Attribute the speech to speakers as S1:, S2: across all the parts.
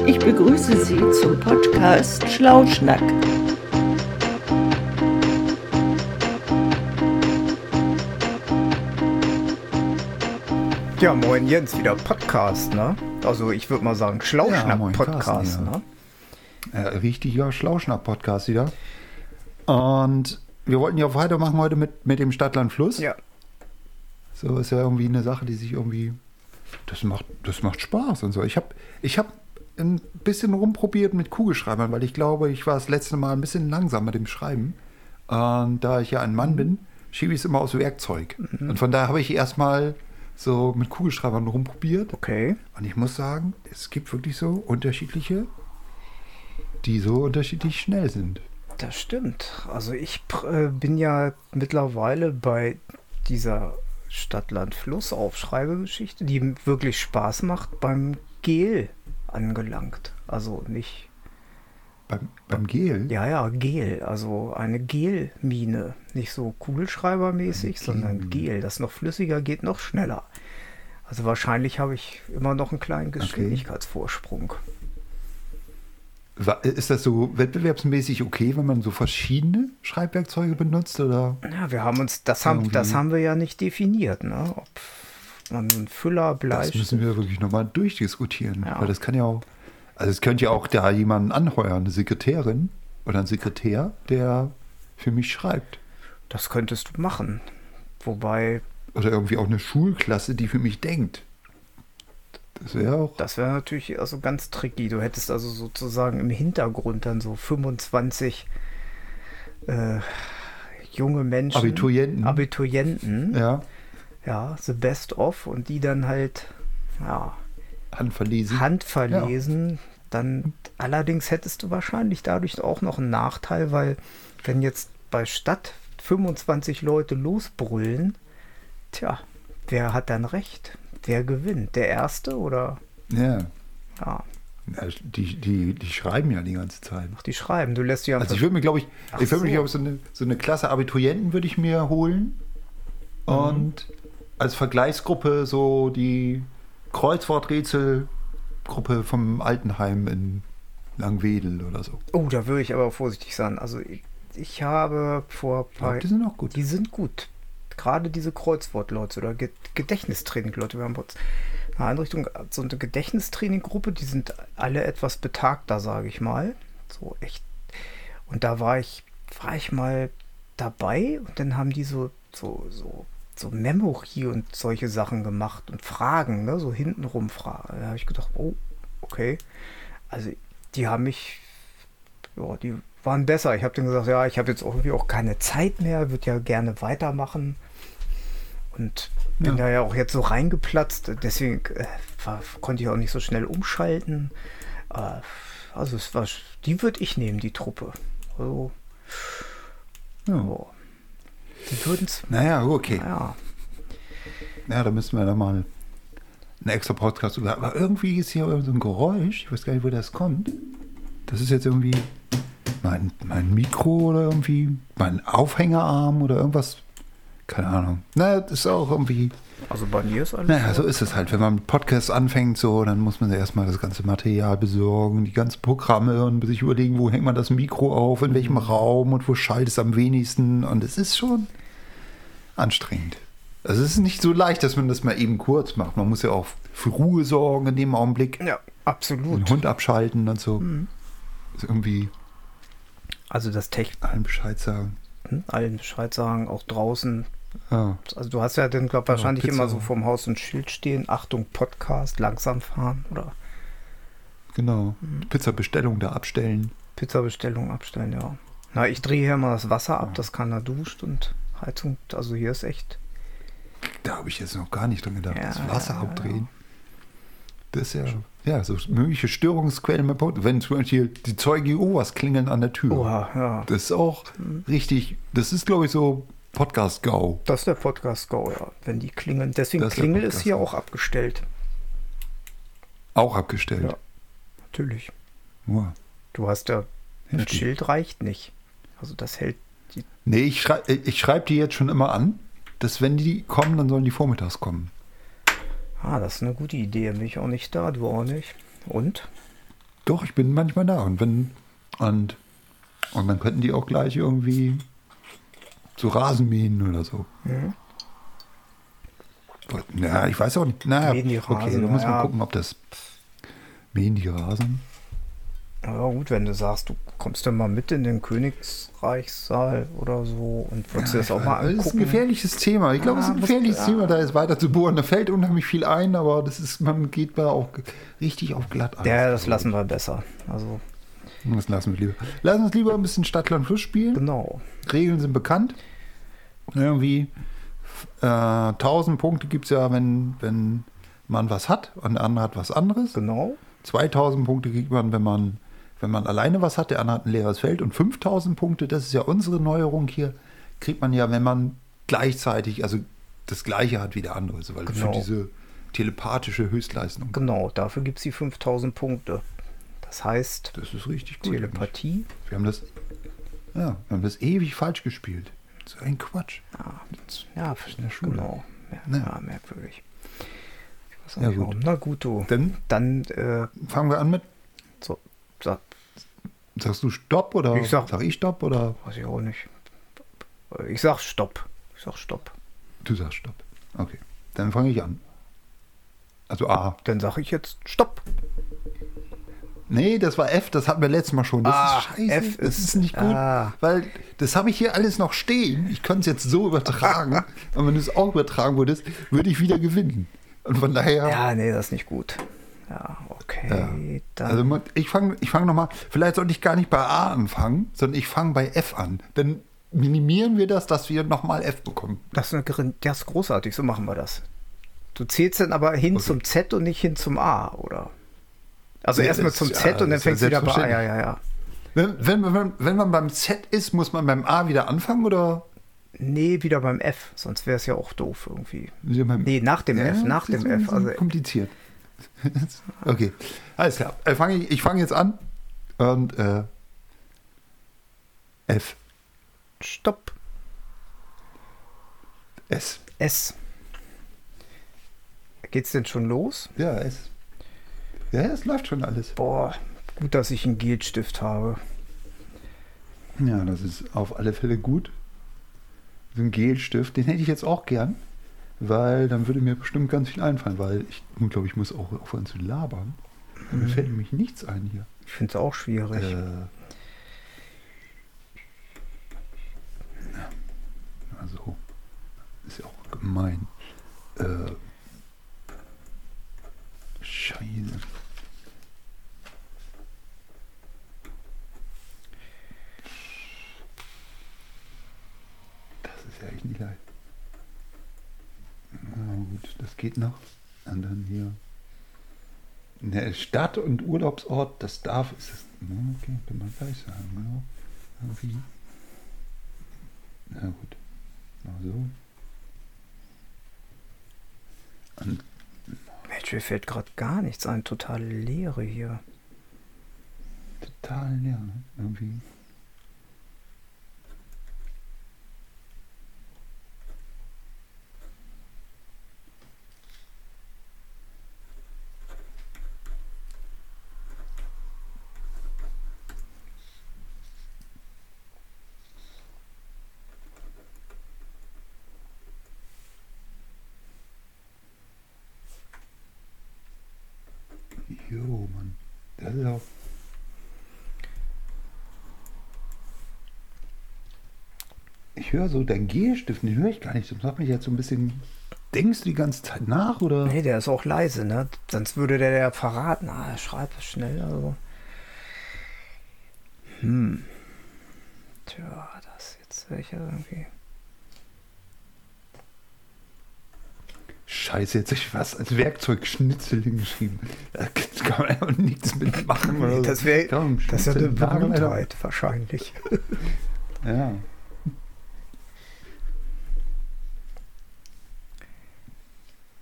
S1: begrüße Sie zum Podcast Schlauschnack.
S2: Ja, moin Jens, wieder Podcast, ne? Also ich würde mal sagen
S3: Ja, moin
S2: Schlauschnack-Podcast,
S3: Carsten, ja.
S2: ne?
S3: Äh, richtiger Schlauschnack-Podcast wieder. Und wir wollten ja weitermachen heute mit, mit dem Stadtland Fluss.
S2: Ja.
S3: So ist ja irgendwie eine Sache, die sich irgendwie. Das macht, das macht Spaß und so. Ich habe ich hab ein bisschen rumprobiert mit Kugelschreibern, weil ich glaube, ich war das letzte Mal ein bisschen langsam mit dem Schreiben. Und da ich ja ein Mann bin, schiebe ich es immer aus Werkzeug. Und von daher habe ich erstmal so mit Kugelschreibern rumprobiert.
S2: Okay.
S3: Und ich muss sagen, es gibt wirklich so unterschiedliche, die so unterschiedlich schnell sind.
S2: Das stimmt. Also ich pr- äh, bin ja mittlerweile bei dieser Stadt-Land-Fluss-Aufschreibegeschichte, die wirklich Spaß macht, beim Gel angelangt. Also nicht
S3: Beim, beim Gel.
S2: Ja, ja, Gel, also eine Gelmine. Nicht so kugelschreibermäßig, sondern Gel. Das noch flüssiger geht noch schneller. Also wahrscheinlich habe ich immer noch einen kleinen Geschwindigkeitsvorsprung.
S3: Wa- Ist das so wettbewerbsmäßig okay, wenn man so verschiedene Schreibwerkzeuge benutzt? Oder?
S2: Ja, wir haben uns, das haben, das
S3: Irgendwie.
S2: haben wir ja nicht definiert, ne? Ob man einen Füller,
S3: Das
S2: Bleistift.
S3: müssen wir wirklich nochmal durchdiskutieren.
S2: Ja.
S3: Weil das kann ja auch. Also, es könnte ja auch da jemanden anheuern, eine Sekretärin oder ein Sekretär, der für mich schreibt.
S2: Das könntest du machen. Wobei,
S3: Oder irgendwie auch eine Schulklasse, die für mich denkt. Das wäre auch.
S2: das wäre natürlich also ganz tricky. Du hättest also sozusagen im Hintergrund dann so 25 äh, junge Menschen.
S3: Abiturienten.
S2: Abiturienten.
S3: ja,
S2: ja, The Best of und die dann halt ja,
S3: handverlesen.
S2: handverlesen. Dann allerdings hättest du wahrscheinlich dadurch auch noch einen Nachteil, weil wenn jetzt bei Stadt 25 Leute losbrüllen, tja, wer hat dann recht? Wer gewinnt? Der Erste oder? Ja,
S3: ja. Ja, Also Die, die, die schreiben ja die ganze Zeit.
S2: ach, die schreiben. Du lässt die einfach.
S3: Also ich würde mir, glaube ich,
S2: Ach
S3: ich würde mir,
S2: so.
S3: glaube ich, so eine, so eine Klasse Abiturienten würde ich mir holen.
S2: Mhm.
S3: Und als Vergleichsgruppe so die Kreuzworträtselgruppe vom Altenheim in Langwedel oder so.
S2: oh, da würde ich aber vorsichtig sein. Also ich, ich habe vor ein paar
S3: die sind auch gut.
S2: Die sind gut. Gerade diese Kreuzwortleute oder Ge Gedächtnistraining-Leute. Wir haben bei uns in einer Einrichtung so eine Gedächtnistraining-Gruppe, die sind alle etwas betagter, sage ich mal. So echt. Und da war ich, war ich mal dabei und dann haben die so, so, so, so Memory und solche Sachen gemacht und Fragen, ne? so hintenrum Fragen. Da habe ich gedacht, oh, okay. Also die haben mich ja, die waren besser. Ich habe denen gesagt, ja, ich habe jetzt auch irgendwie auch keine Zeit mehr, würde ja gerne weitermachen. Und bin
S3: Ja.
S2: da ja auch jetzt so reingeplatzt. Deswegen äh, war, konnte ich auch nicht so schnell umschalten. Äh, also es war, sch- die würde ich nehmen, die Truppe. Also,
S3: Ja.
S2: boah. Die würden es.
S3: Naja, okay.
S2: Ja,
S3: Ja, da müssen wir dann mal einen extra Podcast über. Aber irgendwie ist hier so ein Geräusch. Ich weiß gar nicht, wo das kommt. Das ist jetzt irgendwie mein, mein Mikro oder irgendwie mein Aufhängerarm oder irgendwas. Keine Ahnung. Naja, das ist auch irgendwie.
S2: also bei mir ist alles.
S3: Naja, so ist es halt. Wenn man mit Podcast anfängt, so, dann muss man ja erstmal das ganze Material besorgen, die ganzen Programme und sich überlegen, wo hängt man das Mikro auf, in welchem Raum und wo schallt es am wenigsten. Und es ist schon anstrengend. Also es ist nicht so leicht, dass man das mal eben kurz macht. Man muss ja auch für Ruhe sorgen in dem Augenblick.
S2: ja,
S3: Den
S2: absolut.
S3: Hund abschalten und so. Also irgendwie
S2: Also das Technik
S3: allen Bescheid sagen. Ah,
S2: allen Bescheid sagen, auch draußen
S3: Ja.
S2: Also du hast ja dann glaub, wahrscheinlich
S3: Genau, Pizza.
S2: immer so vorm Haus ein Schild stehen, Achtung Podcast, langsam fahren oder
S3: Genau. Pizza-Bestellung da abstellen.
S2: Pizzabestellung abstellen, ja. Na, ich drehe hier mal das Wasser ab, das kann da duscht und Heizung, also hier ist echt.
S3: Da habe ich jetzt noch gar nicht dran gedacht.
S2: Ja,
S3: das Wasser
S2: ja,
S3: abdrehen. Das ist ja, ja so mögliche Störungsquellen. mit Pod- Wenn zum Beispiel die Zeugen Jehovas klingeln an der Tür.
S2: Oha, Mhm. ja.
S3: Das ist auch richtig, das ist glaube ich so Podcast-GAU.
S2: Das ist der Podcast Go, ja. Wenn die klingeln. Deswegen
S3: Das ist der
S2: Klingel ist
S3: Podcast
S2: hier
S3: Go.
S2: auch abgestellt.
S3: Auch abgestellt.
S2: Ja. Natürlich.
S3: Wow.
S2: Du hast ja ein
S3: Heftig.
S2: Schild reicht nicht. Also das hält die.
S3: Nee, ich schreibe ich schreib die jetzt schon immer an, dass wenn die kommen, dann sollen die vormittags kommen.
S2: Ah, das ist eine gute Idee. Bin ich auch nicht da, du auch nicht. Und?
S3: Doch, ich bin manchmal da und wenn und und dann könnten die auch gleich irgendwie zu Rasenmähen oder so. Ja, ich weiß auch nicht. Naja,
S2: Mähen die
S3: okay,
S2: Rasen,
S3: da muss man
S2: ja.
S3: gucken, ob das mähen die Rasen.
S2: Ja gut, wenn du sagst, du kommst dann mal mit in den Königsreichssaal oder so und würdest dir das auch mal
S3: Das ist ein
S2: angucken.
S3: gefährliches Thema. Ich glaube, es ist ein
S2: Ah, was-
S3: gefährliches
S2: ja.
S3: Thema, da ist weiter zu bohren. Da fällt unheimlich viel ein, aber das ist, man geht da auch g- richtig auf glatt an.
S2: Ja, das lassen wir besser. Also,
S3: Das lassen wir lieber. Lass uns lieber ein bisschen Stadt, Land, Fluss spielen.
S2: genau.
S3: Regeln sind bekannt. Irgendwie äh, 1000 Punkte gibt es ja, wenn, wenn man was hat und der andere hat was anderes.
S2: Genau.
S3: 2000 Punkte kriegt man, wenn man, wenn man alleine was hat, der andere hat ein leeres Feld. Und 5000 Punkte, das ist ja unsere Neuerung hier, kriegt man ja, wenn man gleichzeitig, also das Gleiche hat wie der andere. Also, weil
S2: Genau.
S3: für diese telepathische Höchstleistung.
S2: Genau, dafür gibt es die 5000 Punkte. Das heißt,
S3: Das ist richtig gut.
S2: Telepathie.
S3: Wir haben das, ja, wir haben das ewig falsch gespielt. So ein Quatsch.
S2: Ja,
S3: in der Schule.
S2: genau. Ja,
S3: Ja.
S2: ja. merkwürdig. Ich weiß auch
S3: Ja,
S2: nicht
S3: gut.
S2: warum. Na gut, du.
S3: Dann
S2: Dann, äh,
S3: fangen wir an mit,
S2: so, sag,
S3: sagst du Stopp oder
S2: Ich sag-
S3: ich Stopp oder
S2: weiß ich auch nicht. Ich sag Stopp. Ich sag Stopp.
S3: du sagst Stopp. Okay, dann fange ich an. Also A.
S2: Dann sag ich jetzt Stopp.
S3: Nee, das war F, das hatten wir letztes Mal schon. Das
S2: Ah,
S3: ist scheiße.
S2: F
S3: das
S2: ist-
S3: ist nicht gut.
S2: ah.
S3: Weil das habe ich hier alles noch stehen. Ich könnte es jetzt so übertragen. Und wenn du es auch übertragen würdest, würde ich wieder gewinnen. Und von daher.
S2: Ja, nee, das ist nicht gut. Ja, okay. Dann,
S3: Also man- ich fange ich fang nochmal. Vielleicht sollte ich gar nicht bei A anfangen, sondern ich fange bei F an. Dann minimieren wir das, dass wir nochmal F bekommen.
S2: das, ist eine, gering- das ist großartig, so machen wir das. Du zählst dann aber hin zum Z und nicht hin zum A, oder? Also
S3: Nee,
S2: erstmal
S3: das-
S2: zum
S3: ja,
S2: Z und dann
S3: das ist ja
S2: fängst du wieder bei A. Ja,
S3: selbstverständlich.
S2: ja, ja.
S3: Wenn, wenn, wenn, wenn man beim Z ist, muss man beim A wieder anfangen oder?
S2: Nee, wieder beim F, sonst wäre es ja auch doof irgendwie.
S3: Ja, beim-
S2: Nee, nach dem
S3: Ja,
S2: F, nach dem
S3: das ist ein
S2: F.
S3: bisschen
S2: Also,
S3: kompliziert. okay, alles klar. Äh, fang ich ich fange jetzt an. Und äh, F,
S2: stopp.
S3: S.
S2: S. Geht's denn schon los?
S3: Ja, S. Ja, es läuft schon alles.
S2: Boah, gut, dass ich einen Gelstift habe.
S3: Ja, das ist auf alle Fälle gut. So ein Gelstift, den hätte ich jetzt auch gern, weil dann würde mir bestimmt ganz viel einfallen, weil ich glaube, ich muss auch aufhören zu labern. Mir fällt nämlich nichts ein hier.
S2: Ich finde es auch schwierig.
S3: Äh, also, ist ja auch gemein. Äh, Scheiße. Das ist ja echt nicht leicht. Na gut, das geht noch. Und dann hier. Ne, Stadt und Urlaubsort, das darf, ist das, ne, okay, kann man gleich sagen, genau. Irgendwie. Na gut. Also, Mal so. Und
S2: Mensch, mir fällt gerade gar nichts ein. Totale Leere hier.
S3: total leer, ne? Irgendwie. Jo, Mann. Das ist auch. Ich höre so deinen Gehstift, den höre ich gar nicht. Das macht mich jetzt so ein bisschen. Denkst du die ganze Zeit nach oder?
S2: Nee, der ist auch leise, ne? Sonst würde der ja verraten. Ah, er schreibt es schnell. Also. Hm. Tja, das ist jetzt welche irgendwie.
S3: Scheiße, jetzt habe ich was als Werkzeug Schnitzel hingeschrieben. Da kann man ja nichts mitmachen. Oder so.
S2: Das wäre
S3: Kann man mit
S2: das wär eine
S3: Schnitzel nageln, Alter?
S2: Berühmtheit wahrscheinlich.
S3: Ja.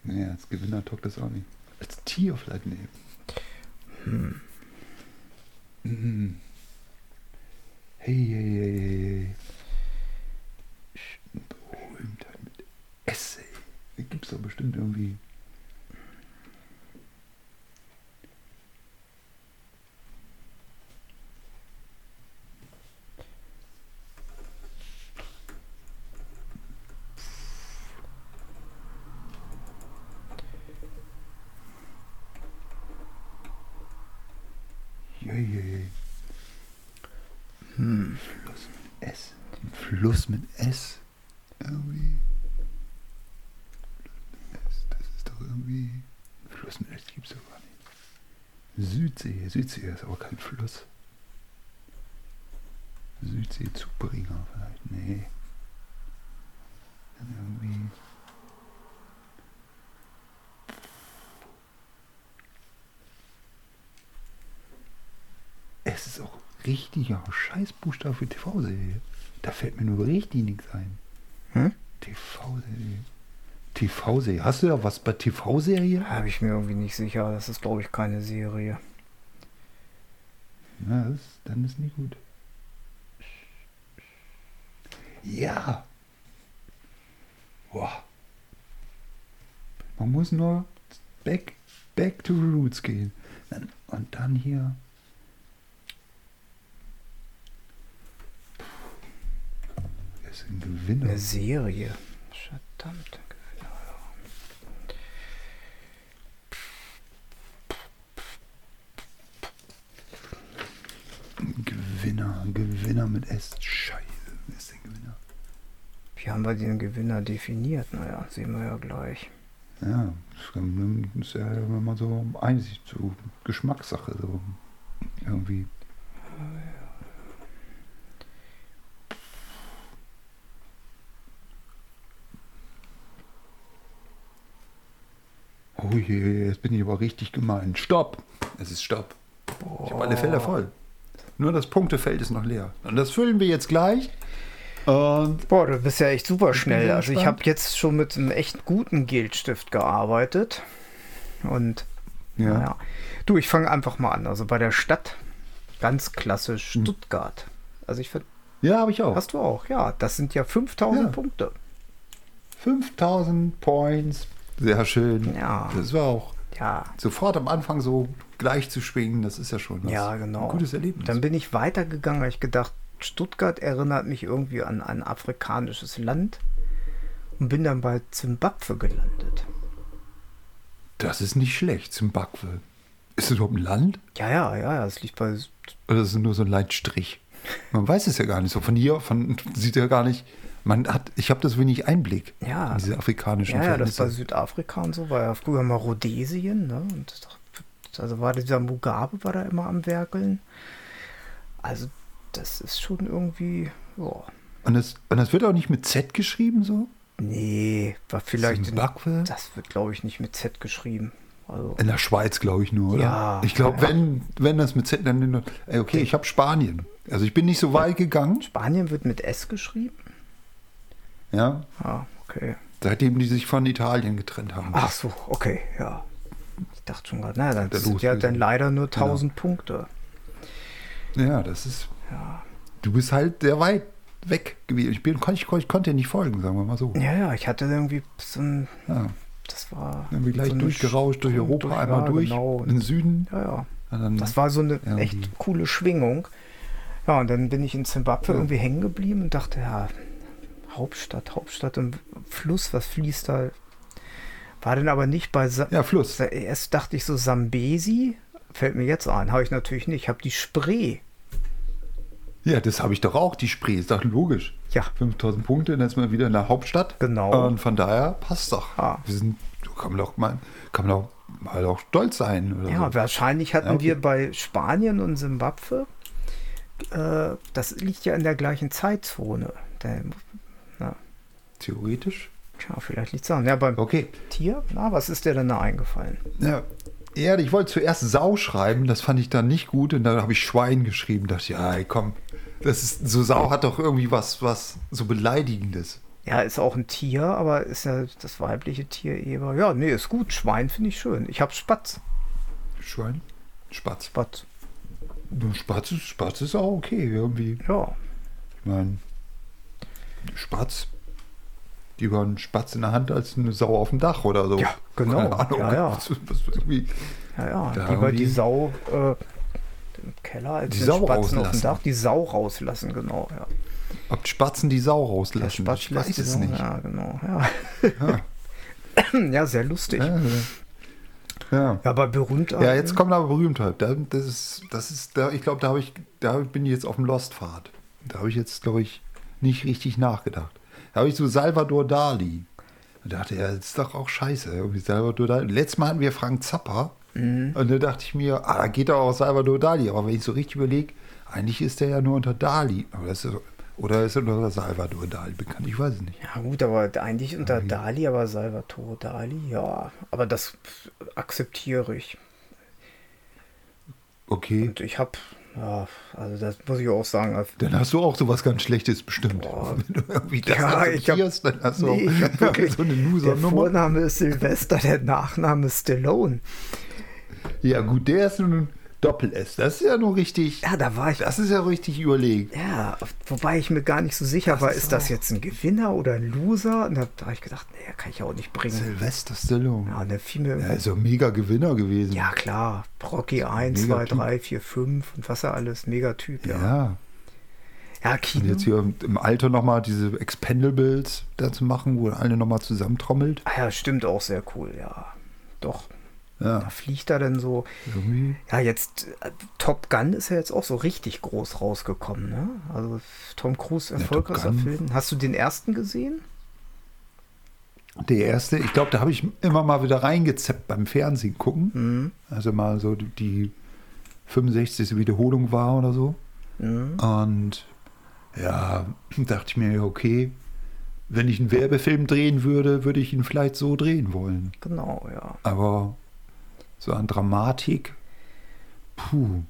S3: Naja, als Gewinner taugt das auch nicht. Als Tier vielleicht nee. Hm. Hey, hey, hey, hey, hey. Berühmtheit mit S, ey. Die gibt's doch bestimmt irgendwie. Eieiei. Fluss mit S. Ein Fluss mit S. Irgendwie. Fluss mit S. Das ist doch irgendwie. Fluss mit S gibt es doch gar nicht. Südsee. Südsee ist aber kein Fluss. Südsee-Zubringer vielleicht. Nee. Dann irgendwie. Es ist auch richtiger Scheißbuchstabe für TV-Serie. Da fällt mir nur richtig nichts ein.
S2: Hm?
S3: TV-Serie. TV-Serie. Hast du ja was bei TV-Serie?
S2: Habe ich mir irgendwie nicht sicher. Das ist, glaube ich, keine Serie.
S3: Na, das, ist- dann ist nicht gut. Ja. Boah. Man muss nur back, back to the roots gehen. Dann, und dann hier. Er ist ein Gewinner.
S2: Eine Serie. Verdammt.
S3: Ein Gewinner. Ein Gewinner mit S. Scheiße. Wer ist ein Gewinner?
S2: Wie haben wir den Gewinner definiert? Naja, sehen wir ja gleich.
S3: Ja, das kann- das ist ja immer so einzig so Geschmackssache. So irgendwie. Oh je, jetzt bin ich aber richtig gemein. Stopp! Es ist Stopp. Ich habe alle Felder voll. Nur das Punktefeld ist noch leer. Und das füllen wir jetzt gleich. Und
S2: Boah, du bist ja echt super
S3: bin
S2: schnell.
S3: sehr
S2: Also ich
S3: gespannt.
S2: habe jetzt schon mit einem echt guten Geldstift gearbeitet. Und ja.
S3: ja,
S2: naja. Du, ich fange einfach mal an. Also bei der Stadt, ganz klassisch
S3: Hm.
S2: Stuttgart. Also ich finde,
S3: ja habe ich auch.
S2: hast du auch, ja. Das sind ja 5000
S3: Ja.
S2: Punkte.
S3: 5000 Points. Sehr schön.
S2: Ja.
S3: Das war auch
S2: Ja.
S3: sofort am Anfang so gleich zu schwingen, das ist ja schon was.
S2: Ja, genau.
S3: ein gutes Erlebnis.
S2: Dann bin ich weitergegangen, weil ich gedacht, Stuttgart erinnert mich irgendwie an ein afrikanisches Land und bin dann bei Zimbabwe gelandet.
S3: das ist nicht schlecht, Zimbabwe. Ist das überhaupt ein Land?
S2: Ja, ja, ja, ja, es liegt bei
S3: Oder ist es nur so ein Leitstrich? Man weiß es ja gar nicht so. Von hier von, sieht ja gar nicht. Man hat, ich habe das wenig Einblick
S2: Ja.
S3: in diese afrikanischen
S2: Ja, ja, das war
S3: Verhältnisse.
S2: Südafrika und so, war ja früher mal Rhodesien, ne? Und das- also war dieser Mugabe war da immer am werkeln. Also das ist schon irgendwie, ja.
S3: und, das, und das wird auch nicht mit Z geschrieben so?
S2: Nee, war vielleicht
S3: Zimbabwe? Äh.
S2: das wird glaube ich nicht mit Z geschrieben. Also
S3: In der Schweiz, glaube ich nur, oder?
S2: Ja.
S3: Ich glaube, wenn, wenn das mit Z, dann. Ey, okay, ich habe Spanien. Also ich bin nicht so weit gegangen.
S2: Spanien wird mit S geschrieben?
S3: Ja,
S2: Ah, okay.
S3: seitdem die sich von Italien getrennt haben.
S2: Ach so, okay, ja. Ich dachte schon gerade, naja, dann
S3: Der Genau.
S2: sind ja dann
S3: Losgewesen.
S2: leider nur 1000 Punkte.
S3: Ja, das ist. Du bist halt sehr weit weg gewesen. Ich, bin, kon- ich, kon- ich konnte dir nicht folgen, sagen wir mal so.
S2: Ja, ja, ich hatte irgendwie so ein,
S3: Ja.
S2: das war
S3: Dann bin ich gleich
S2: so eine
S3: durchgerauscht durch
S2: Sch-
S3: Europa,
S2: durch-
S3: einmal
S2: ja,
S3: durch,
S2: Genau.
S3: in den Süden.
S2: Ja, ja.
S3: Und dann,
S2: Das war so eine
S3: Ja,
S2: echt
S3: die-
S2: coole Schwingung. Ja, und dann bin ich in Zimbabwe irgendwie hängen geblieben und dachte, ja, Hauptstadt, Hauptstadt und Fluss, was fließt da? War denn aber nicht bei. Sa
S3: ja, Fluss.
S2: Erst dachte ich so Sambesi, fällt mir jetzt ein, habe ich natürlich nicht. Ich habe die Spree.
S3: Ja, das habe ich doch auch, die Spree. Ist doch logisch.
S2: Ja.
S3: 5000 Punkte, dann ist man wieder in der Hauptstadt.
S2: Genau.
S3: Und von daher passt doch.
S2: Ah.
S3: Wir sind, da kann man doch mal, kann man doch mal auch stolz sein. Oder
S2: Ja,
S3: so.
S2: wahrscheinlich hatten
S3: Also Ja, okay.
S2: wir bei Spanien und Simbabwe, äh, das liegt ja in der gleichen Zeitzone. Da, na,
S3: Theoretisch.
S2: tja, vielleicht liegt es an. Ja, beim
S3: Okay.
S2: Tier, na, was ist dir denn da eingefallen?
S3: Ja, ja, ich wollte zuerst Sau schreiben, das fand ich dann nicht gut und dann habe ich Schwein geschrieben. Dachte, ja, ey, komm, das ist, so Sau hat doch irgendwie was, was so beleidigendes.
S2: Ja, ist auch ein Tier, aber ist ja das weibliche Tier Eber. Ja, nee, ist gut. Schwein finde ich schön. Ich habe Spatz.
S3: Schwein? Spatz.
S2: Spatz.
S3: Nur Spatz ist, Spatz ist auch okay irgendwie.
S2: Ja,
S3: Ich meine, Spatz. Lieber einen Spatz in der Hand als eine Sau auf dem Dach oder so.
S2: Ja, genau.
S3: Keine Ahnung.
S2: Ja, ja.
S3: Was, was irgendwie.
S2: ja, ja.
S3: Da
S2: Lieber die
S3: irgendwie-
S2: Sau äh, im Keller als
S3: Die
S2: den
S3: Sau
S2: Spatzen auf dem
S3: rauslassen.
S2: Dach. Die Sau rauslassen, genau. Ja.
S3: Ob Spatzen die Sau rauslassen? ich
S2: lässt
S3: weiß
S2: die
S3: es
S2: Sau-
S3: nicht.
S2: Ja, genau. Ja, ja. sehr lustig.
S3: Ja, ja. Ja.
S2: Ja, aber berühmt.
S3: Ja, jetzt kommt aber Berühmtheit. Da- Das ist, das ist, da, ich glaube, da habe ich, da bin ich jetzt auf dem Lost-Pfad. Da habe ich jetzt, glaube ich, nicht richtig nachgedacht. Da habe ich so Salvador Dali. Da dachte ich, ja, das ist doch auch scheiße. Irgendwie Salvador Dali. Letztes Mal hatten wir Frank Zappa. Und da dachte ich mir, ah, da geht doch auch Salvador Dali. Aber wenn ich so richtig überlege, eigentlich ist der ja nur unter Dali. Aber das ist, oder ist er unter Salvador Dali bekannt? Ich weiß es nicht.
S2: Ja gut, aber eigentlich unter Dali, aber Salvatore Dali, ja. Aber das akzeptiere ich.
S3: Okay.
S2: Und ich habe, ja, also das muss ich auch sagen. Also,
S3: Dann hast du auch sowas ganz Schlechtes bestimmt. Wenn du irgendwie das
S2: Ja, ich hab-
S3: akzeptierst, dann hast du
S2: nee, ich
S3: auch
S2: hab wirklich,
S3: so eine
S2: der
S3: Loser-Nummer.
S2: Vorname ist Silvester, der Nachname ist Stallone.
S3: Ja, gut, der ist nun ein Doppel-S. Das ist ja nur richtig.
S2: Ja, da war ich.
S3: Das ist ja richtig überlegt.
S2: Ja, wobei ich mir gar nicht so sicher war, ist das jetzt ein Gewinner oder ein Loser? Und da, da habe ich gedacht, nee, kann ich auch nicht bringen.
S3: Sylvester Stallone.
S2: Ja, und dann fiel mir,
S3: Er ist ja ein mega Gewinner gewesen.
S2: ja klar, Rocky 1,
S3: mega
S2: 2,
S3: Typ.
S2: 3, 4, 5 und was er alles, Megatyp, ja. Ja,
S3: Ja.
S2: ja
S3: Und
S2: Kino.
S3: jetzt hier im- im Alter nochmal diese Expendables da zu machen, wo alle nochmal zusammentrommelt.
S2: Ah ja, stimmt auch sehr cool, ja. Doch. Da
S3: Ja,
S2: fliegt er denn so.
S3: irgendwie.
S2: Ja, jetzt äh, Top Gun ist ja jetzt auch so richtig groß rausgekommen, ne? Also Tom Cruise erfolgreicher
S3: Gun.
S2: Film. Hast du den ersten gesehen?
S3: Der erste, ich glaube, da habe ich immer mal wieder reingezeppt beim Fernsehen gucken. Also mal so die- die 65. Wiederholung war oder so. Und ja, dachte ich mir, ja, okay, wenn ich einen Werbefilm drehen würde, würde ich ihn vielleicht so drehen wollen.
S2: Genau, ja.
S3: Aber so an Dramatik, puh,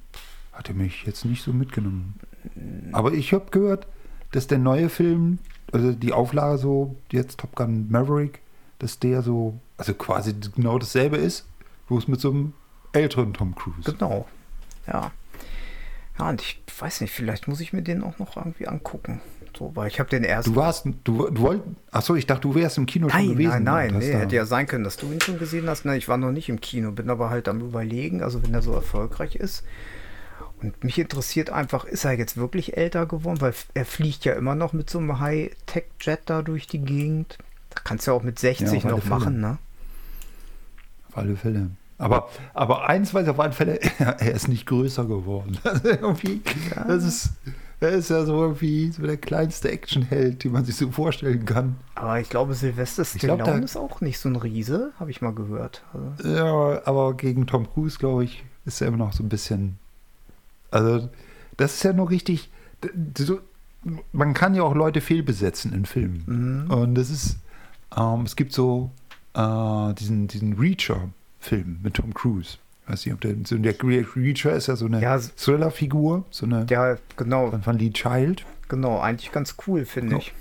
S3: hat er mich jetzt nicht so mitgenommen.
S2: Äh.
S3: Aber ich habe gehört, dass der neue Film, also die Auflage so, jetzt Top Gun Maverick, dass der so, also quasi genau dasselbe ist, bloß mit so einem älteren Tom Cruise.
S2: Genau. Ja. Ja, und ich weiß nicht, vielleicht muss ich mir den auch noch irgendwie angucken. So, weil ich habe den ersten.
S3: Du warst, du, du wolltest, achso, ich dachte, du wärst im Kino schon
S2: Nein,
S3: gewesen.
S2: nein, nein,
S3: und hast
S2: nee,
S3: da-
S2: hätte ja sein können, dass du ihn schon gesehen hast. Nein, ich war noch nicht im Kino, bin aber halt am Überlegen, also wenn er so erfolgreich ist. Und mich interessiert einfach, ist er jetzt wirklich älter geworden? Weil f- er fliegt ja immer noch mit so einem High-Tech-Jet da durch die Gegend. Da kannst du ja auch mit 60
S3: Ja, auf alle
S2: noch machen, ne?
S3: Auf alle Fälle. Aber, aber eins weiß ich auf alle Fälle, er ist nicht größer geworden. Also irgendwie, das ist, er ist ja so irgendwie so der kleinste Actionheld, den man sich so vorstellen kann.
S2: Aber ich glaube, Sylvester
S3: glaub,
S2: Stallone
S3: da-
S2: ist auch nicht so ein Riese, habe ich mal gehört. Also,
S3: Ja, aber gegen Tom Cruise, glaube ich, ist er immer noch so ein bisschen. Also, das ist ja nur richtig. d- d- So, man kann ja auch Leute fehlbesetzen in Filmen.
S2: Mhm.
S3: Und das ist. Ähm, es gibt so äh, diesen, diesen Reacher-Film mit Tom Cruise. Weiß nicht, ob der, so der Reacher ist ja so eine
S2: Ja, s-
S3: Thriller-Figur, so eine
S2: ja, genau,
S3: von Lee Child.
S2: genau, eigentlich ganz cool, finde
S3: Ja.
S2: ich.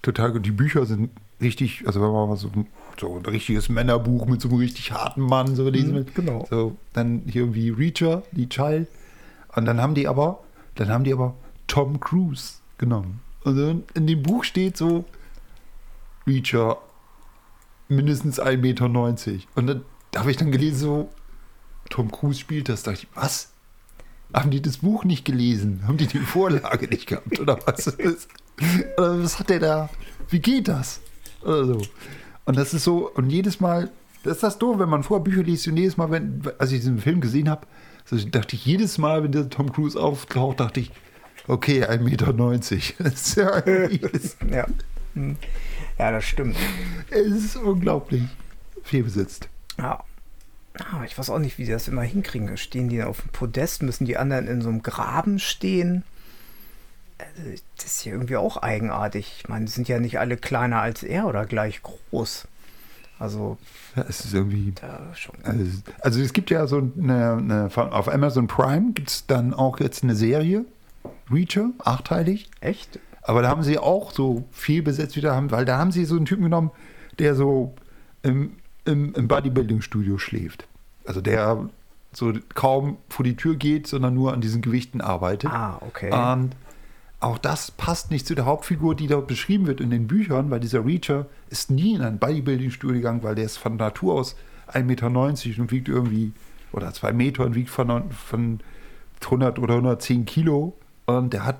S3: Total gut. Die Bücher sind richtig, also wenn man mal so, so ein richtiges Männerbuch mit so einem richtig harten Mann so lesen will.
S2: genau.
S3: So, dann hier irgendwie Reacher, die Child. Und dann haben die aber, dann haben die aber Tom Cruise genommen. Und dann in dem Buch steht so Reacher mindestens 1,90 Meter. Und dann da habe ich dann gelesen, so Tom Cruise spielt das. Da dachte ich, was? Haben die das Buch nicht gelesen? Haben die die Vorlage nicht gehabt? Oder was? ist das? Oder was hat der da? Wie geht das? Oder so. Und das ist so, und jedes Mal, das ist das doof, wenn man vorher Bücher liest und jedes Mal, wenn, als ich diesen Film gesehen habe, so dachte ich jedes Mal, wenn der Tom Cruise auftaucht, dachte ich, okay, 1,90 Meter. Das ist ja, das,
S2: Ja. Hm. ja, das stimmt.
S3: es ist unglaublich. Viel besetzt.
S2: Ja. Ah, ich weiß auch nicht, wie die das immer hinkriegen. Stehen die auf dem Podest, müssen die anderen in so einem Graben stehen? Also, das ist ja irgendwie auch eigenartig. Ich meine, die sind ja nicht alle kleiner als er oder gleich groß. Also,
S3: Ja, es ist irgendwie.
S2: da schon.
S3: Also, also es gibt ja so eine, eine von- auf Amazon Prime gibt es dann auch jetzt eine Serie, Reacher, achteilig.
S2: Echt?
S3: Aber da haben sie auch so viel besetzt wieder, haben, weil da haben sie so einen Typen genommen, der so im, im, im Bodybuilding-Studio schläft. Also der so kaum vor die Tür geht, sondern nur an diesen Gewichten arbeitet.
S2: Ah, okay.
S3: Und auch das passt nicht zu der Hauptfigur, die da beschrieben wird in den Büchern, weil dieser Reacher ist nie in ein Bodybuilding-Studio gegangen, weil der ist von Natur aus 1,90 Meter und wiegt irgendwie, oder 2 Meter und wiegt von, neun- von 100 oder 110 Kilo. Und der hat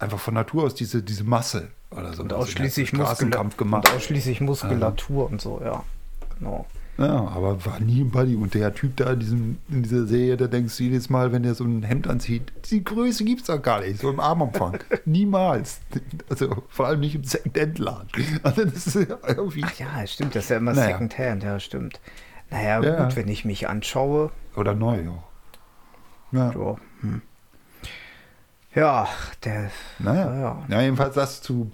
S3: einfach von Natur aus diese, diese Masse oder so.
S2: Und ausschließlich,
S3: Straßenkampf
S2: Muskula-
S3: gemacht.
S2: und ausschließlich Muskulatur und so, ja. Genau.
S3: Ja, aber war nie ein Buddy. Und der Typ da in, diesem, in dieser Serie, da denkst du jedes Mal, wenn der so ein Hemd anzieht, die Größe gibt's doch gar nicht, so im Armumfang. Niemals. Also vor allem nicht im Second-Hand-Laden. Also das ist ja irgendwie...
S2: Ach ja, stimmt, das ist ja immer
S3: Naja.
S2: Secondhand, ja, stimmt. Naja,
S3: Ja.
S2: gut, wenn ich mich anschaue.
S3: Oder neu auch. Ja.
S2: Ja, hm. ja der.
S3: Naja. Ja, jedenfalls das zu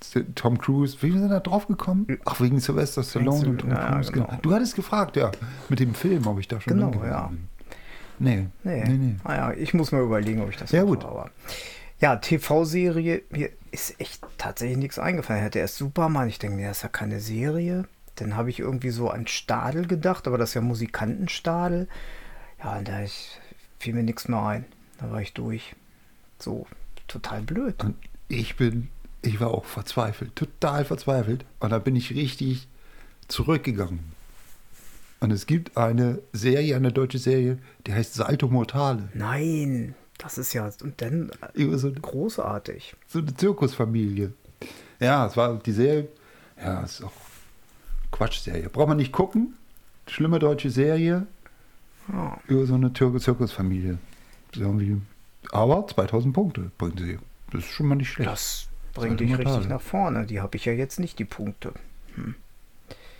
S3: zu Tom Cruise. Wie sind wir da drauf geinem? Ach, wegen Sylvester Stallone und Tom
S2: Sylvester- ja,
S3: Cruise.
S2: genau.
S3: Genau. Du hattest gefragt, ja. Mit dem Film, ob ich da schon
S2: Genau,
S3: drin gewesen
S2: ja.
S3: bin. Nee.
S2: Nee.
S3: Nee, nee.
S2: Naja, ich muss mal überlegen, ob ich das
S3: Ja,
S2: mache,
S3: gut.
S2: Aber ja, TV-Serie, mir ist echt tatsächlich nichts eingefallen. Ich hatte erst Superman, ich denke, nee, das ist ja keine Serie. Dann habe ich irgendwie so an Stadel gedacht, aber das ist ja Musikantenstadel. Ja, und da ich, fiel mir nichts mehr ein. Da war ich durch. So, total blöd.
S3: Und ich bin, ich war auch verzweifelt, total verzweifelt. Und da bin ich richtig zurückgegangen. Und es gibt eine Serie, eine deutsche Serie, die heißt Salto Mortale.
S2: Nein, das ist ja, und dann äh,
S3: Über so eine
S2: großartig.
S3: so eine Zirkusfamilie. Ja, es war die Serie. Ja, ist auch Quatschserie. Braucht man nicht gucken. Schlimme deutsche Serie
S2: Ja.
S3: über so eine Tür Zirkusfamilie. Ist Irgendwie. Aber 2000 Punkte bringt sie. Das ist schon mal nicht schlecht.
S2: Das bringt
S3: Salto
S2: dich richtig
S3: Mortale.
S2: nach vorne. Die habe ich ja jetzt nicht, die Punkte.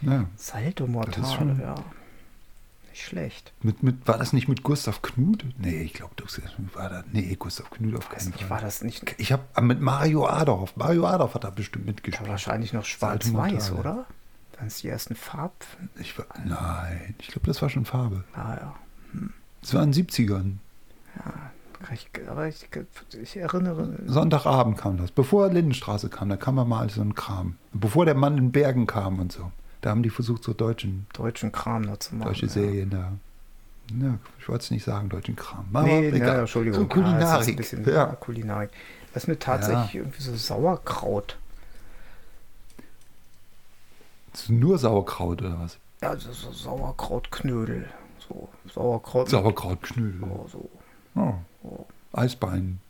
S3: Ja.
S2: Salto Mortale,
S3: Das ist schon-
S2: ja. Nicht schlecht.
S3: Mit, mit, war das nicht mit Gustav Knut? Nee, ich glaube, das war da. Nee, Gustav Knut auf
S2: Weiß
S3: keinen
S2: nicht,
S3: Fall.
S2: Also, war das nicht
S3: Ich habe mit Mario Adorf. Mario Adorf hat da bestimmt
S2: da
S3: mitgespielt.
S2: wahrscheinlich noch
S3: Salto
S2: schwarz-weiß,
S3: Mortale.
S2: oder? Dann ist die ersten Farb.
S3: Ich war, nein, ich glaube, das war schon Farbe.
S2: Ah, ja.
S3: Es waren 70ern.
S2: Kann Ich, aber ich, ich erinnere.
S3: Sonntagabend kam das. Bevor Lindenstraße kam, da kam ja mal so ein Kram. Bevor der Mann in Bergen kam und so. Da haben die versucht, so deutschen,
S2: Deutschen Kram noch zu machen.
S3: deutsche
S2: ja.
S3: Serien da. Ja, ich wollte es nicht sagen, deutschen Kram. Aber
S2: Nee,
S3: egal.
S2: ja, Entschuldigung. Ah, es
S3: So
S2: ist ein
S3: Kulinarik.
S2: bisschen ja.
S3: ja.
S2: Kulinarik. Das ist mir tatsächlich irgendwie so Sauerkraut.
S3: Es ist nur Sauerkraut oder was?
S2: Also so Sauerkrautknödel. So Sauerkraut.
S3: Sauerkrautknödel.
S2: Oh, so.
S3: Oh. Eisbein.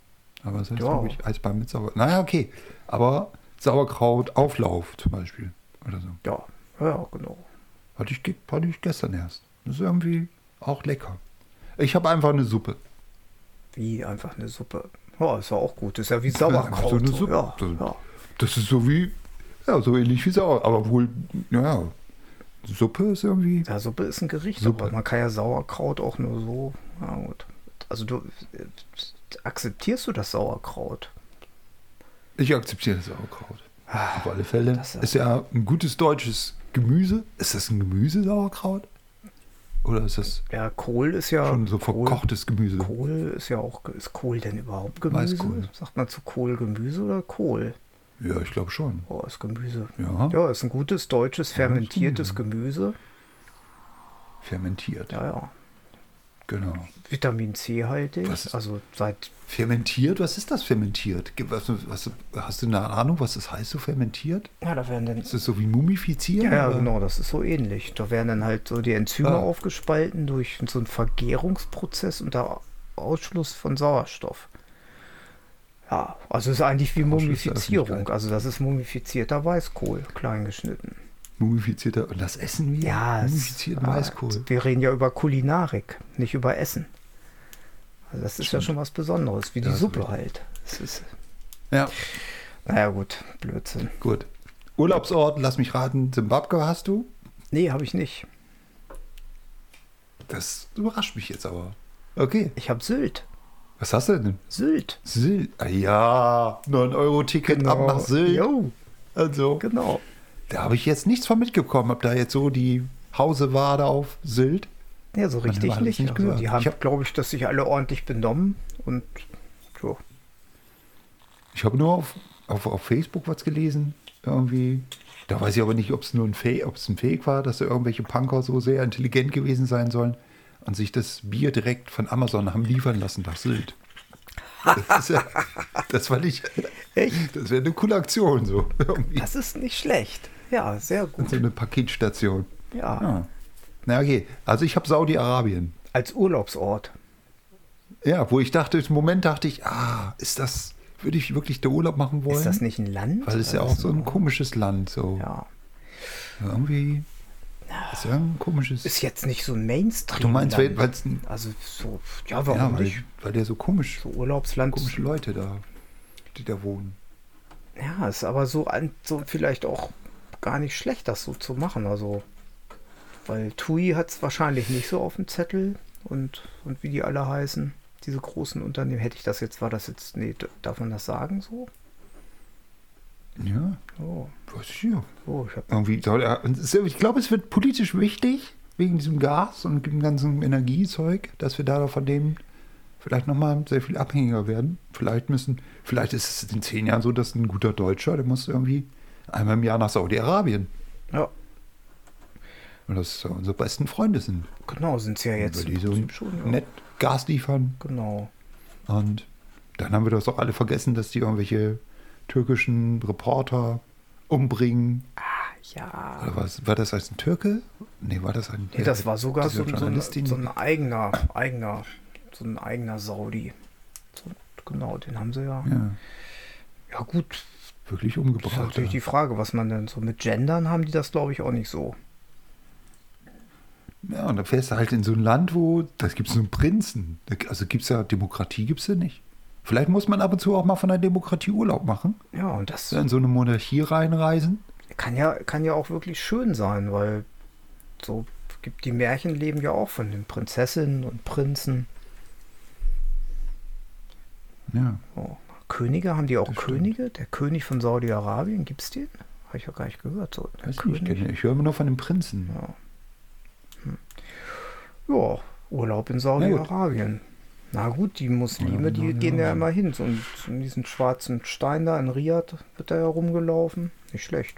S3: Aber was heißt,
S2: Ja.
S3: glaube ich, Eisbein mit Sauerkraut? Naja, okay. Aber Sauerkrautauflauf zum Beispiel. Oder so.
S2: Ja, ja, genau.
S3: Hatte ich, ge- hatte ich gestern erst. Das ist irgendwie auch lecker. Ich habe einfach eine Suppe.
S2: Wie einfach eine Suppe. Ja, ist ja auch gut. Ist ja wie Sauerkraut.
S3: So eine
S2: so.
S3: Suppe.
S2: Ja,
S3: Das,
S2: ja.
S3: das ist so wie, ja, so ähnlich wie Sauer, aber wohl, ja, Suppe ist irgendwie.
S2: Ja, Suppe ist ein Gericht,
S3: Suppe.
S2: aber man kann ja Sauerkraut auch nur so. Ja, gut. Also du äh, akzeptierst du das Sauerkraut?
S3: Ich akzeptiere das Sauerkraut. Auf alle Fälle.
S2: Ah, das ist-
S3: ist ja ein gutes deutsches Gemüse. Ist das ein Gemüse, Sauerkraut? Oder ist das
S2: Ja, Kohl ist ja
S3: schon so
S2: Kohl,
S3: verkochtes Gemüse?
S2: Kohl ist ja auch Ge- ist Kohl denn überhaupt Gemüse?
S3: Weißkohl.
S2: Sagt man zu Kohl Gemüse oder Kohl?
S3: Ja, ich glaube schon.
S2: Oh, ist Gemüse.
S3: Ja.
S2: ja, ist ein gutes deutsches fermentiertes Gemüse.
S3: Fermentiert.
S2: Ja, ja.
S3: Genau.
S2: Vitamin C haltig.
S3: Was ist-
S2: Also seit
S3: Fermentiert? Was ist das fermentiert? Ge- Was, was, hast du eine Ahnung, was das heißt, so fermentiert?
S2: ja, da werden dann
S3: Ist das so wie mumifizieren?
S2: Ja, ja,
S3: oder?
S2: genau, das ist so ähnlich. Da werden dann halt so die Enzyme
S3: Ah.
S2: aufgespalten durch so einen Vergärungsprozess unter Ausschluss von Sauerstoff. Ja, also es ist eigentlich wie
S3: Ausschluss der
S2: Mumifizierung.
S3: Öffentlichkeit.
S2: Also das ist mumifizierter Weißkohl, klein geschnitten.
S3: Mumifizierter. Und das essen wir?
S2: Ja, es,
S3: Mumifizierten
S2: ja,
S3: Weißkohl.
S2: wir reden ja über Kulinarik, nicht über Essen. Also das ist ja schon was Besonderes, wie die
S3: Ja, ist
S2: Suppe
S3: richtig.
S2: halt. Es ist,
S3: Ja,
S2: naja gut, Blödsinn.
S3: gut. Urlaubsort, lass mich raten, Simbabwe hast du?
S2: Nee, habe ich nicht.
S3: Das überrascht mich jetzt aber. Okay.
S2: Ich habe Sylt.
S3: Was hast du denn?
S2: Sylt.
S3: Sylt. Ah, ja, 9-Euro-Ticket ab nach Sylt.
S2: Genau. Jo,
S3: Also,
S2: genau.
S3: da habe ich jetzt nichts von mitgekommen, ob da jetzt so die Hausewade auf Sylt.
S2: Ja, so richtig
S3: war das
S2: nicht.
S3: nicht
S2: Also,
S3: gehört.
S2: die haben,
S3: Ich hab-
S2: glaube ich, dass sich alle ordentlich benommen und so.
S3: Ich habe nur auf, auf, auf Facebook was gelesen, irgendwie. Da weiß ich aber nicht, ob es nur ein Fake, ob's ein Fake war, dass da irgendwelche Punker so sehr intelligent gewesen sein sollen und sich das Bier direkt von Amazon haben liefern lassen nach Sylt. Das, ist ja, das fand ich,
S2: Echt?
S3: das wäre eine coole Aktion so. Irgendwie.
S2: Das ist nicht schlecht. Ja, sehr
S3: So
S2: gut.
S3: eine Paketstation.
S2: Ja,
S3: Ja. Na okay, also ich habe Saudi-Arabien.
S2: als Urlaubsort.
S3: Ja, wo ich dachte, im Moment dachte ich, ah, ist das, würde ich wirklich der Urlaub machen wollen?
S2: Ist das nicht ein Land?
S3: Weil es ist ja auch
S2: Also,
S3: so ein komisches Land, so.
S2: Ja.
S3: Irgendwie. Das ist ja ein komisches.
S2: Ist jetzt nicht so ein Mainstream.
S3: du meinst, weil
S2: Land.
S3: weil's ein-
S2: Also so, ja, warum
S3: ja, weil,
S2: nicht?
S3: weil der so komisch,
S2: So Urlaubsland.
S3: komische Leute da, die da wohnen.
S2: Ja, ist aber so, an, so vielleicht auch gar nicht schlecht, das so zu machen. Also, weil TUI hat es wahrscheinlich nicht so auf dem Zettel und, und wie die alle heißen, diese großen Unternehmen. Hätte ich das jetzt, war das jetzt, nee, d- darf man das sagen so?
S3: Ja,
S2: Oh,
S3: was hier?
S2: oh ich habe
S3: Irgendwie soll er. und es ist- Ich glaube, es wird politisch wichtig, wegen diesem Gas und dem ganzen Energiezeug, dass wir da von dem vielleicht nochmal sehr viel abhängiger werden. Vielleicht müssen, vielleicht ist es in zehn Jahren so, dass ein guter Deutscher, der muss irgendwie einmal im Jahr nach Saudi-Arabien.
S2: Ja,
S3: Und das unsere besten Freunde sind.
S2: genau, sind sie ja jetzt.
S3: weil
S2: im
S3: die so
S2: Prinzip schon, ja.
S3: nett Gas liefern.
S2: Genau.
S3: Und dann haben wir das doch alle vergessen, dass die irgendwelche türkischen Reporter umbringen.
S2: Ja.
S3: Oder was, war das als ein Türke? Nee, war das ein.
S2: Nee, das war sogar
S3: diese
S2: so, so, ein,
S3: Journalistin?
S2: so ein eigener, eigener, so ein eigener Saudi. So, genau, den haben sie ja.
S3: ja,
S2: Ja, gut,
S3: wirklich
S2: das ist
S3: umgebracht.
S2: natürlich die Frage, was man denn so mit Gendern haben die das, glaube ich, auch nicht so.
S3: Ja, und dann fährst du halt in so ein Land, wo. Da gibt es einen Prinzen. Da- Also gibt es ja Demokratie, gibt es ja nicht. Vielleicht muss man ab und zu auch mal von der Demokratie Urlaub machen.
S2: Ja, und das
S3: In so eine Monarchie reinreisen.
S2: kann ja, kann ja auch wirklich schön sein, weil so gibt die Märchen leben ja auch von den Prinzessinnen und Prinzen.
S3: Ja.
S2: Oh, Könige, haben die auch
S3: Das stimmt.
S2: Könige? Der König von Saudi-Arabien, gibt's den? Habe ich ja gar nicht gehört. So, der
S3: Weiß nicht, ich, kenne- ich höre immer nur von dem Prinzen.
S2: Ja. Hm. ja, Urlaub in
S3: gut.
S2: Saudi-Arabien. Na gut, die Muslime,
S3: Urlaub in
S2: die gehen ja
S3: Saudi-Arabien.
S2: immer hin. So in, so in diesen schwarzen Stein da in Riad wird da ja rumgelaufen. Nicht schlecht.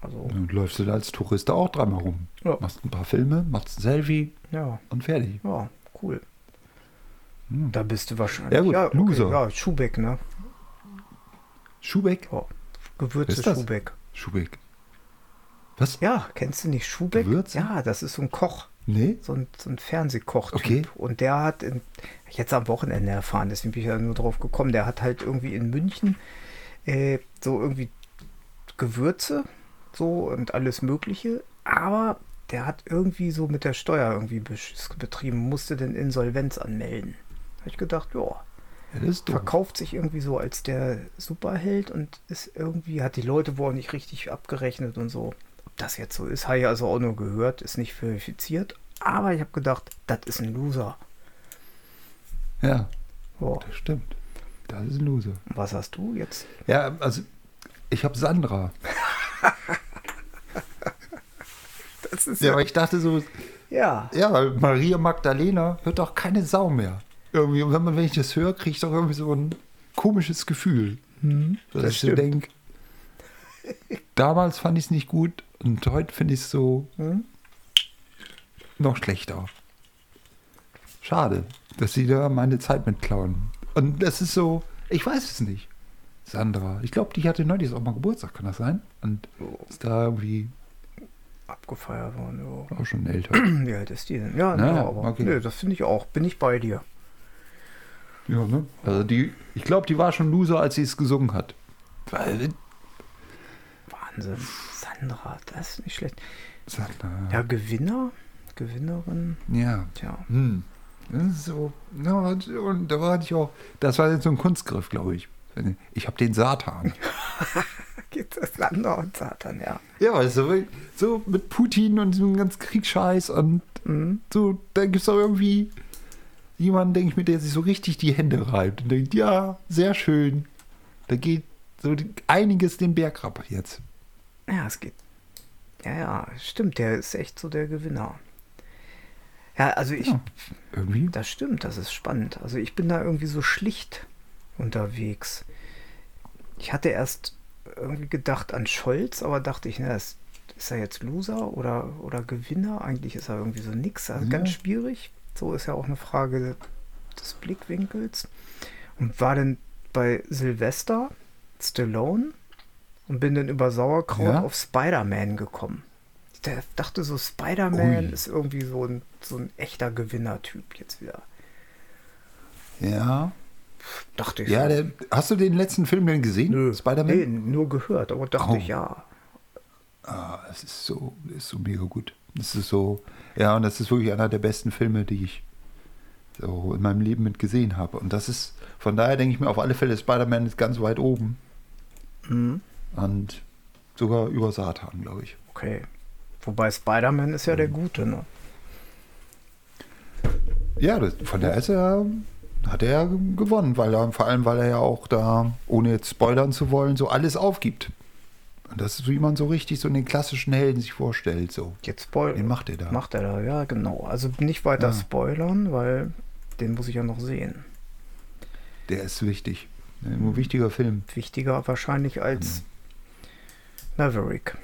S2: Also,
S3: Und läufst du da als Tourist auch dreimal rum.
S2: Ja.
S3: Machst ein paar Filme, machst ein Selfie
S2: ja,
S3: und fertig.
S2: ja, cool.
S3: Hm.
S2: Da bist du wahrscheinlich.
S3: Ja gut, Loser.
S2: ja, Schubeck, ne?
S3: Schubeck?
S2: Ja. Gewürze
S3: Ist das?
S2: Schubeck.
S3: Schubeck. Was?
S2: Ja, kennst du nicht Schubeck?
S3: Gewürze?
S2: Ja, das ist so ein Koch.
S3: Nee?
S2: so ein, so ein Fernsehkochtyp.
S3: Okay.
S2: Und der hat in, hab ich jetzt am Wochenende erfahren, deswegen bin ich ja nur drauf gekommen, der hat halt irgendwie in München äh, so irgendwie Gewürze so und alles Mögliche, aber der hat irgendwie so mit der Steuer irgendwie besch- betrieben, musste den Insolvenz anmelden. Habe ich gedacht, ja,
S3: Ja, das ist doof.
S2: verkauft sich irgendwie so als der Superheld und ist irgendwie, hat die Leute wohl auch nicht richtig abgerechnet und so. Ob das jetzt so ist, habe ich also auch nur gehört, ist nicht verifiziert. Aber ich habe gedacht, das ist ein Loser.
S3: Ja,
S2: Boah,
S3: das stimmt. Das ist ein Loser.
S2: was hast du jetzt?
S3: Ja, also ich habe Sandra.
S2: Das ist
S3: Ja, aber ich dachte so,
S2: ja.
S3: ja, weil Maria Magdalena hört doch keine Sau mehr. Irgendwie, und wenn, man, wenn ich das höre, kriege ich doch irgendwie so ein komisches Gefühl. dass
S2: Hm, das
S3: ich so
S2: stimmt.
S3: denke, damals fand ich es nicht gut und heute finde ich es so
S2: Hm?
S3: noch schlechter. Schade, dass sie da meine Zeit mitklauen. Und das ist so, ich weiß es nicht. Sandra, ich glaube, die hatte neulich auch mal Geburtstag, kann das sein? Und
S2: Oh.
S3: ist da irgendwie
S2: Abgefeiert worden.
S3: auch schon älter.
S2: Ja. Wie alt ist die denn? Ja,
S3: Na,
S2: nee, aber
S3: okay.
S2: nee, das finde ich auch. Bin ich bei dir.
S3: ja, ne? Also die, ich glaube, die war schon Loser, als sie es gesungen hat. Weil,
S2: Wahnsinn. Sandra, das ist nicht schlecht.
S3: Sandra,
S2: Ja, Gewinner? Gewinnerin?
S3: ja.
S2: Tja.
S3: Hm. Das ist so. Ja, und, und da war ich auch. Das war jetzt so ein Kunstgriff, glaube ich. Ich habe den Satan.
S2: Geht das Sandra und Satan, ja.
S3: ja, weißt du, so mit Putin und diesem ganzen Kriegsscheiß und
S2: Mhm.
S3: so, da gibt es doch irgendwie jemanden, denke ich mir, der sich so richtig die Hände reibt und denkt, ja, sehr schön. Da geht so die- einiges den Berg ab jetzt.
S2: Ja, es geht. Ja, ja, stimmt, der ist echt so der Gewinner. Ja, also ich,
S3: Ja. Irgendwie.
S2: das stimmt, das ist spannend. Also ich bin da irgendwie so schlicht unterwegs. Ich hatte erst irgendwie gedacht an Scholz, aber dachte ich, na, ist, ist er jetzt Loser oder, oder Gewinner? Eigentlich ist er irgendwie so nix. Also
S3: Ja.
S2: ganz schwierig. So ist ja auch eine Frage des Blickwinkels. Und war denn bei Sylvester Stallone und bin dann über Sauerkraut
S3: Ja.
S2: auf Spider-Man gekommen. Ich da- dachte so, Spider-Man
S3: Ui.
S2: ist irgendwie so ein, so ein echter Gewinnertyp jetzt wieder.
S3: Ja.
S2: Dachte ich.
S3: Ja,
S2: so.
S3: der, hast du den letzten Film denn gesehen?
S2: Nö.
S3: Spider-Man?
S2: Nee, nur gehört, aber dachte
S3: Oh.
S2: ich ja.
S3: Ah, es ist so, ist so mega gut. Es ist so, ja, und das ist wirklich einer der besten Filme, die ich so in meinem Leben mit gesehen habe. Und das ist, von daher denke ich mir auf alle Fälle, Spider-Man ist ganz weit oben.
S2: Mhm.
S3: Und sogar über Satan, glaube ich.
S2: Okay. Wobei Spider-Man ist ja
S3: Hm.
S2: der Gute, ne?
S3: Ja, das, von daher ist er, hat er gewonnen, weil er, vor allem, weil er ja auch da, ohne jetzt spoilern zu wollen, so alles aufgibt. Und das ist, wie man so richtig so den klassischen Helden sich vorstellt. So.
S2: Jetzt spoil
S3: Den macht er da.
S2: macht er da, ja, genau. Also nicht weiter
S3: Ja.
S2: spoilern, weil den muss ich ja noch sehen.
S3: Der ist wichtig. Ein wichtiger Film.
S2: Wichtiger wahrscheinlich
S3: Hm.
S2: als Maverick,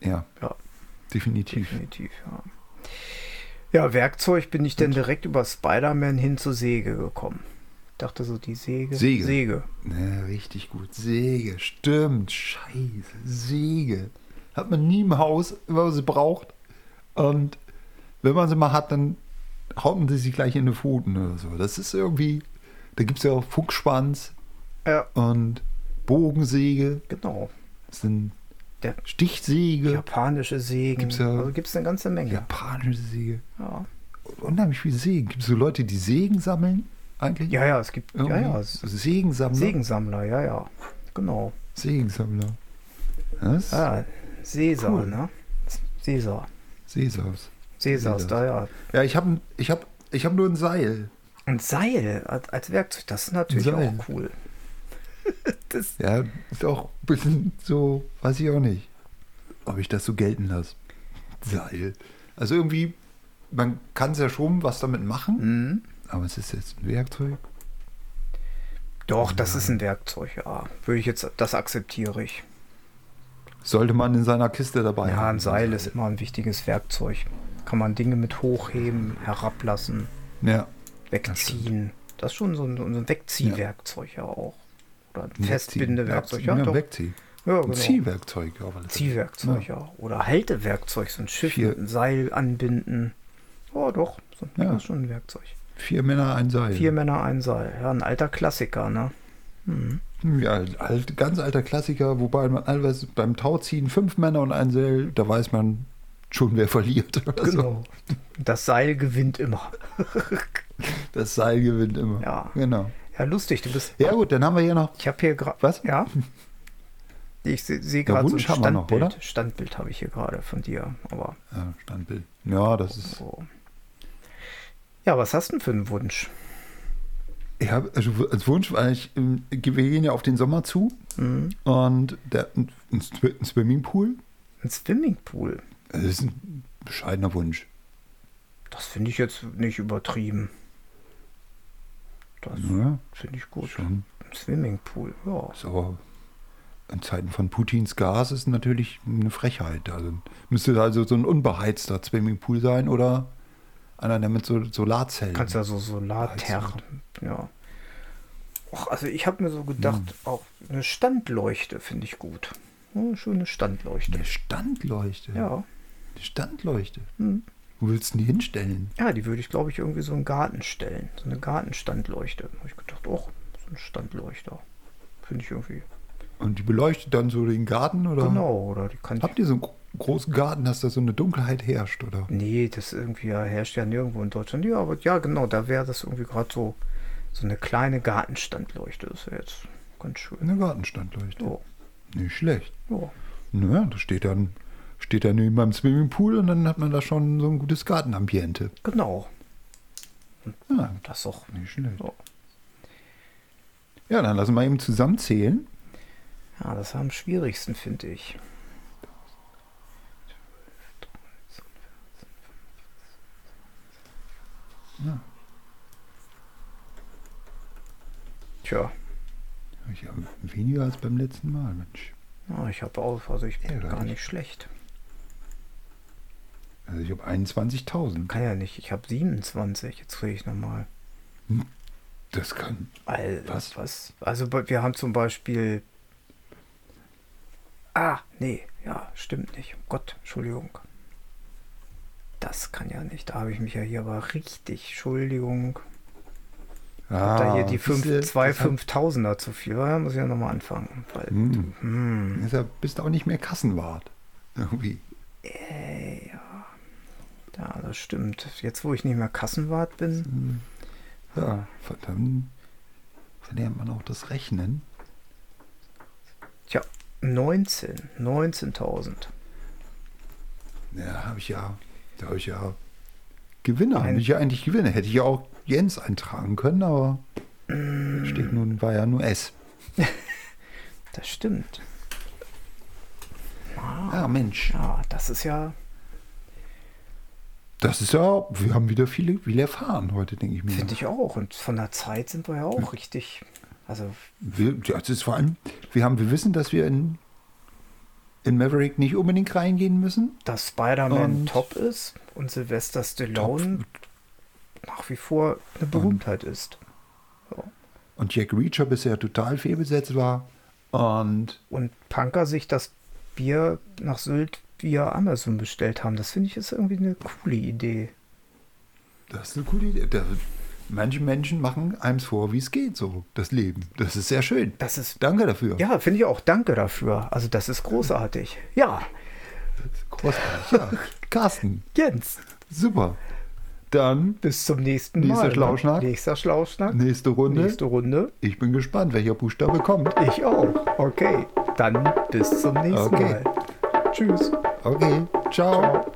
S3: Ja,
S2: Ja.
S3: definitiv.
S2: definitiv, ja. Ja, Werkzeug bin ich denn direkt über Spider-Man hin zur Säge gekommen. Dachte so, die Säge.
S3: Säge.
S2: Säge.
S3: Ne, richtig gut. Säge, stimmt. Scheiße, Säge. Hat man nie im Haus, wenn man sie braucht. Und wenn man sie mal hat, dann haut man sie sich gleich in die Pfoten oder so. Das ist irgendwie, da gibt es ja auch Fuchsschwanz
S2: Ja,
S3: und Bogensäge,
S2: genau.
S3: das sind
S2: Der-
S3: Stichsäge,
S2: Japanische Sägen.
S3: Gibt's ja-
S2: also gibt es eine ganze Menge.
S3: japanische Säge.
S2: Ja,
S3: Unheimlich viel Sägen. Gibt es so Leute, die Sägen sammeln eigentlich?
S2: ja, ja es gibt ja,
S3: Irgendwie?
S2: ja,
S3: So Sägensammler.
S2: Sägensammler, ja, ja. Genau.
S3: Sägensammler. Was?
S2: Ah, Sesar,
S3: Cool.
S2: ne? Sesar.
S3: Sesams.
S2: Sesar ist
S3: Sesar.
S2: da, ja.
S3: Ja, ich habe ich hab, ich hab nur ein Seil.
S2: Ein Seil als, als Werkzeug, das ist natürlich
S3: Seil.
S2: auch cool. das,
S3: Ja, ist auch ein bisschen so, weiß ich auch nicht, ob ich das so gelten lasse. Seil. Also irgendwie, man kann es ja schon was damit machen,
S2: hm,
S3: aber es ist jetzt ein Werkzeug.
S2: doch, das ist ein Werkzeug, ja. Würde ich jetzt, das akzeptiere ich.
S3: Sollte man in seiner Kiste dabei
S2: Ja,
S3: haben.
S2: ein Seil ist immer ein wichtiges Werkzeug. Kann man Dinge mit hochheben, herablassen,
S3: Ja,
S2: wegziehen. Das ist schon so ein, so ein Wegziehwerkzeug ja. auch. Oder ein
S3: ein
S2: Festbindewerkzeug.
S3: Ja,
S2: Ja,
S3: ein
S2: doch.
S3: Wegzieh.
S2: Ja,
S3: Ein
S2: genau.
S3: Ziehwerkzeug. auf alle Fälle.
S2: Ziehwerkzeug, ja. Oder Haltewerkzeug, so ein Schiff
S3: Vier-
S2: mit einem Seil anbinden. Oh, doch, so
S3: Ja.
S2: das ist schon ein Werkzeug.
S3: Vier Männer, ein Seil.
S2: Vier Männer, ein Seil. Ja, ein alter Klassiker, ne?
S3: Ja, alt, ganz alter Klassiker, wobei man teilweise beim Tauziehen fünf Männer und ein Seil, da weiß man schon, wer verliert. Also, Oder so.
S2: Genau. Das Seil gewinnt immer.
S3: Das Seil gewinnt immer.
S2: Ja.
S3: Genau.
S2: Ja, lustig, du bist.
S3: Ja, gut, dann haben wir hier noch.
S2: Ich habe hier gerade.
S3: Was?
S2: Ja. Ich sehe seh gerade so ein
S3: Wunsch haben wir noch,
S2: Standbild.
S3: oder?
S2: Standbild habe ich hier gerade von dir. Aber
S3: Ja, äh, Standbild. Ja, das ist.
S2: so. Ja, was hast du denn für einen Wunsch?
S3: Ich habe also als Wunsch, weil ich, ähm, wir gehen ja auf den Sommer zu
S2: Mhm.
S3: und der, ein, ein Swi- ein Swimmingpool,
S2: Ein Swimmingpool.
S3: das ist ein bescheidener Wunsch.
S2: Das finde ich jetzt nicht übertrieben. Das
S3: Ja,
S2: finde ich gut.
S3: schon.
S2: Ein Swimmingpool, ja.
S3: Ist aber in Zeiten von Putins Gas ist natürlich eine Frechheit. Also müsste also so ein unbeheizter Swimmingpool sein oder einer, der mit so Solarzellen.
S2: Kannst ja so Solarthermen, ja. Och, also ich habe mir so gedacht,
S3: Hm.
S2: auch eine Standleuchte finde ich gut. Ja, Eine schöne Standleuchte.
S3: eine Standleuchte.
S2: Ja. Hm.
S3: Eine Standleuchte. Wo willst du denn die hinstellen?
S2: Ja, die würde ich, glaube ich, irgendwie so in den Garten stellen. So eine Gartenstandleuchte. Habe ich gedacht, och, so ein Standleuchter. Finde ich irgendwie.
S3: Und die beleuchtet dann so den Garten oder?
S2: Genau, oder die kann ich.
S3: Habt ihr so einen gro- großen Garten, dass da so eine Dunkelheit herrscht, oder?
S2: Nee, das irgendwie ja, herrscht ja nirgendwo in Deutschland. Ja, aber ja, genau, da wäre das irgendwie gerade so, so eine kleine Gartenstandleuchte. Das wäre jetzt ganz schön.
S3: Eine Gartenstandleuchte.
S2: Ja,
S3: Nicht schlecht.
S2: ja.
S3: Naja, das steht dann, steht dann neben meinem Swimmingpool und dann hat man da schon so ein gutes Gartenambiente.
S2: Genau.
S3: Ja,
S2: Das ist doch.
S3: nicht schlecht.
S2: Ja.
S3: Ja, dann lassen wir eben zusammenzählen.
S2: Ja, das war am schwierigsten, finde ich. Tja,
S3: Ich habe weniger als beim letzten Mal, Mensch.
S2: ja, ich habe auch, also ich bin
S3: Ärgerlich.
S2: gar nicht schlecht.
S3: Also ich habe 21.000.
S2: Kann ja nicht, ich habe 27, jetzt kriege ich nochmal.
S3: Das kann.
S2: Al-
S3: Was?
S2: was? Also bei- wir haben zum Beispiel... Ah, nee, ja, stimmt nicht. Um Gott, Entschuldigung. Das kann ja nicht, da habe ich mich ja hier aber richtig, Entschuldigung. Hab da hier die
S3: Ah, siehste,
S2: 5, zwei
S3: deshalb-
S2: 5000er zu viel. Ja, muss ich ja nochmal anfangen. Weil,
S3: Hm.
S2: hm,
S3: Deshalb bist du auch nicht mehr Kassenwart. Irgendwie.
S2: äh, ja. ja, das stimmt. Jetzt, wo ich nicht mehr Kassenwart bin,
S3: Hm. Ja, verdammt. Verlernt man auch das Rechnen.
S2: 19. 19.000.
S3: Ja, habe ich ja. Da habe ich ja. Gewinner,
S2: Ein-
S3: habe ich ja eigentlich Gewinner. Hätte ich ja auch Jens eintragen können, aber steht
S2: Mm.
S3: nun, war ja nur S.
S2: Das stimmt.
S3: Ah, Mensch.
S2: Ja, das ist ja.
S3: Das ist ja, wir haben wieder viele, viel erfahren heute, denke ich mir.
S2: Finde ich auch. Und von der Zeit sind wir ja
S3: Hm.
S2: auch richtig. Also,
S3: Wir, das ist vor allem, wir, haben, wir wissen, dass wir in, in Maverick nicht unbedingt reingehen müssen.
S2: dass Spider-Man
S3: Und-
S2: top ist und Sylvester Stallone nach wie vor eine Berühmtheit ist.
S3: Und Jack Reacher bisher total fehlbesetzt war. Und
S2: Und Punker sich das Bier nach Sylt via Amazon bestellt haben. Das finde ich ist irgendwie eine coole Idee.
S3: das ist eine coole Idee. Da, manche Menschen machen einem vor, wie es geht, so das Leben. Das ist sehr schön.
S2: Das ist.
S3: Danke dafür.
S2: Ja, finde ich auch. Danke dafür. Also, das ist großartig. Ja,
S3: Großartig. Ja. Carsten,
S2: Jens,
S3: super. Dann
S2: bis zum nächsten
S3: Nächster
S2: Mal. ne?
S3: Schlauschnack.
S2: Nächster Schlauschnack.
S3: nächste Runde.
S2: Nächste Runde.
S3: Ich bin gespannt, welcher Buchstabe kommt.
S2: Ich auch. Okay, dann bis zum nächsten
S3: Okay.
S2: Mal. Tschüss.
S3: Okay, ciao.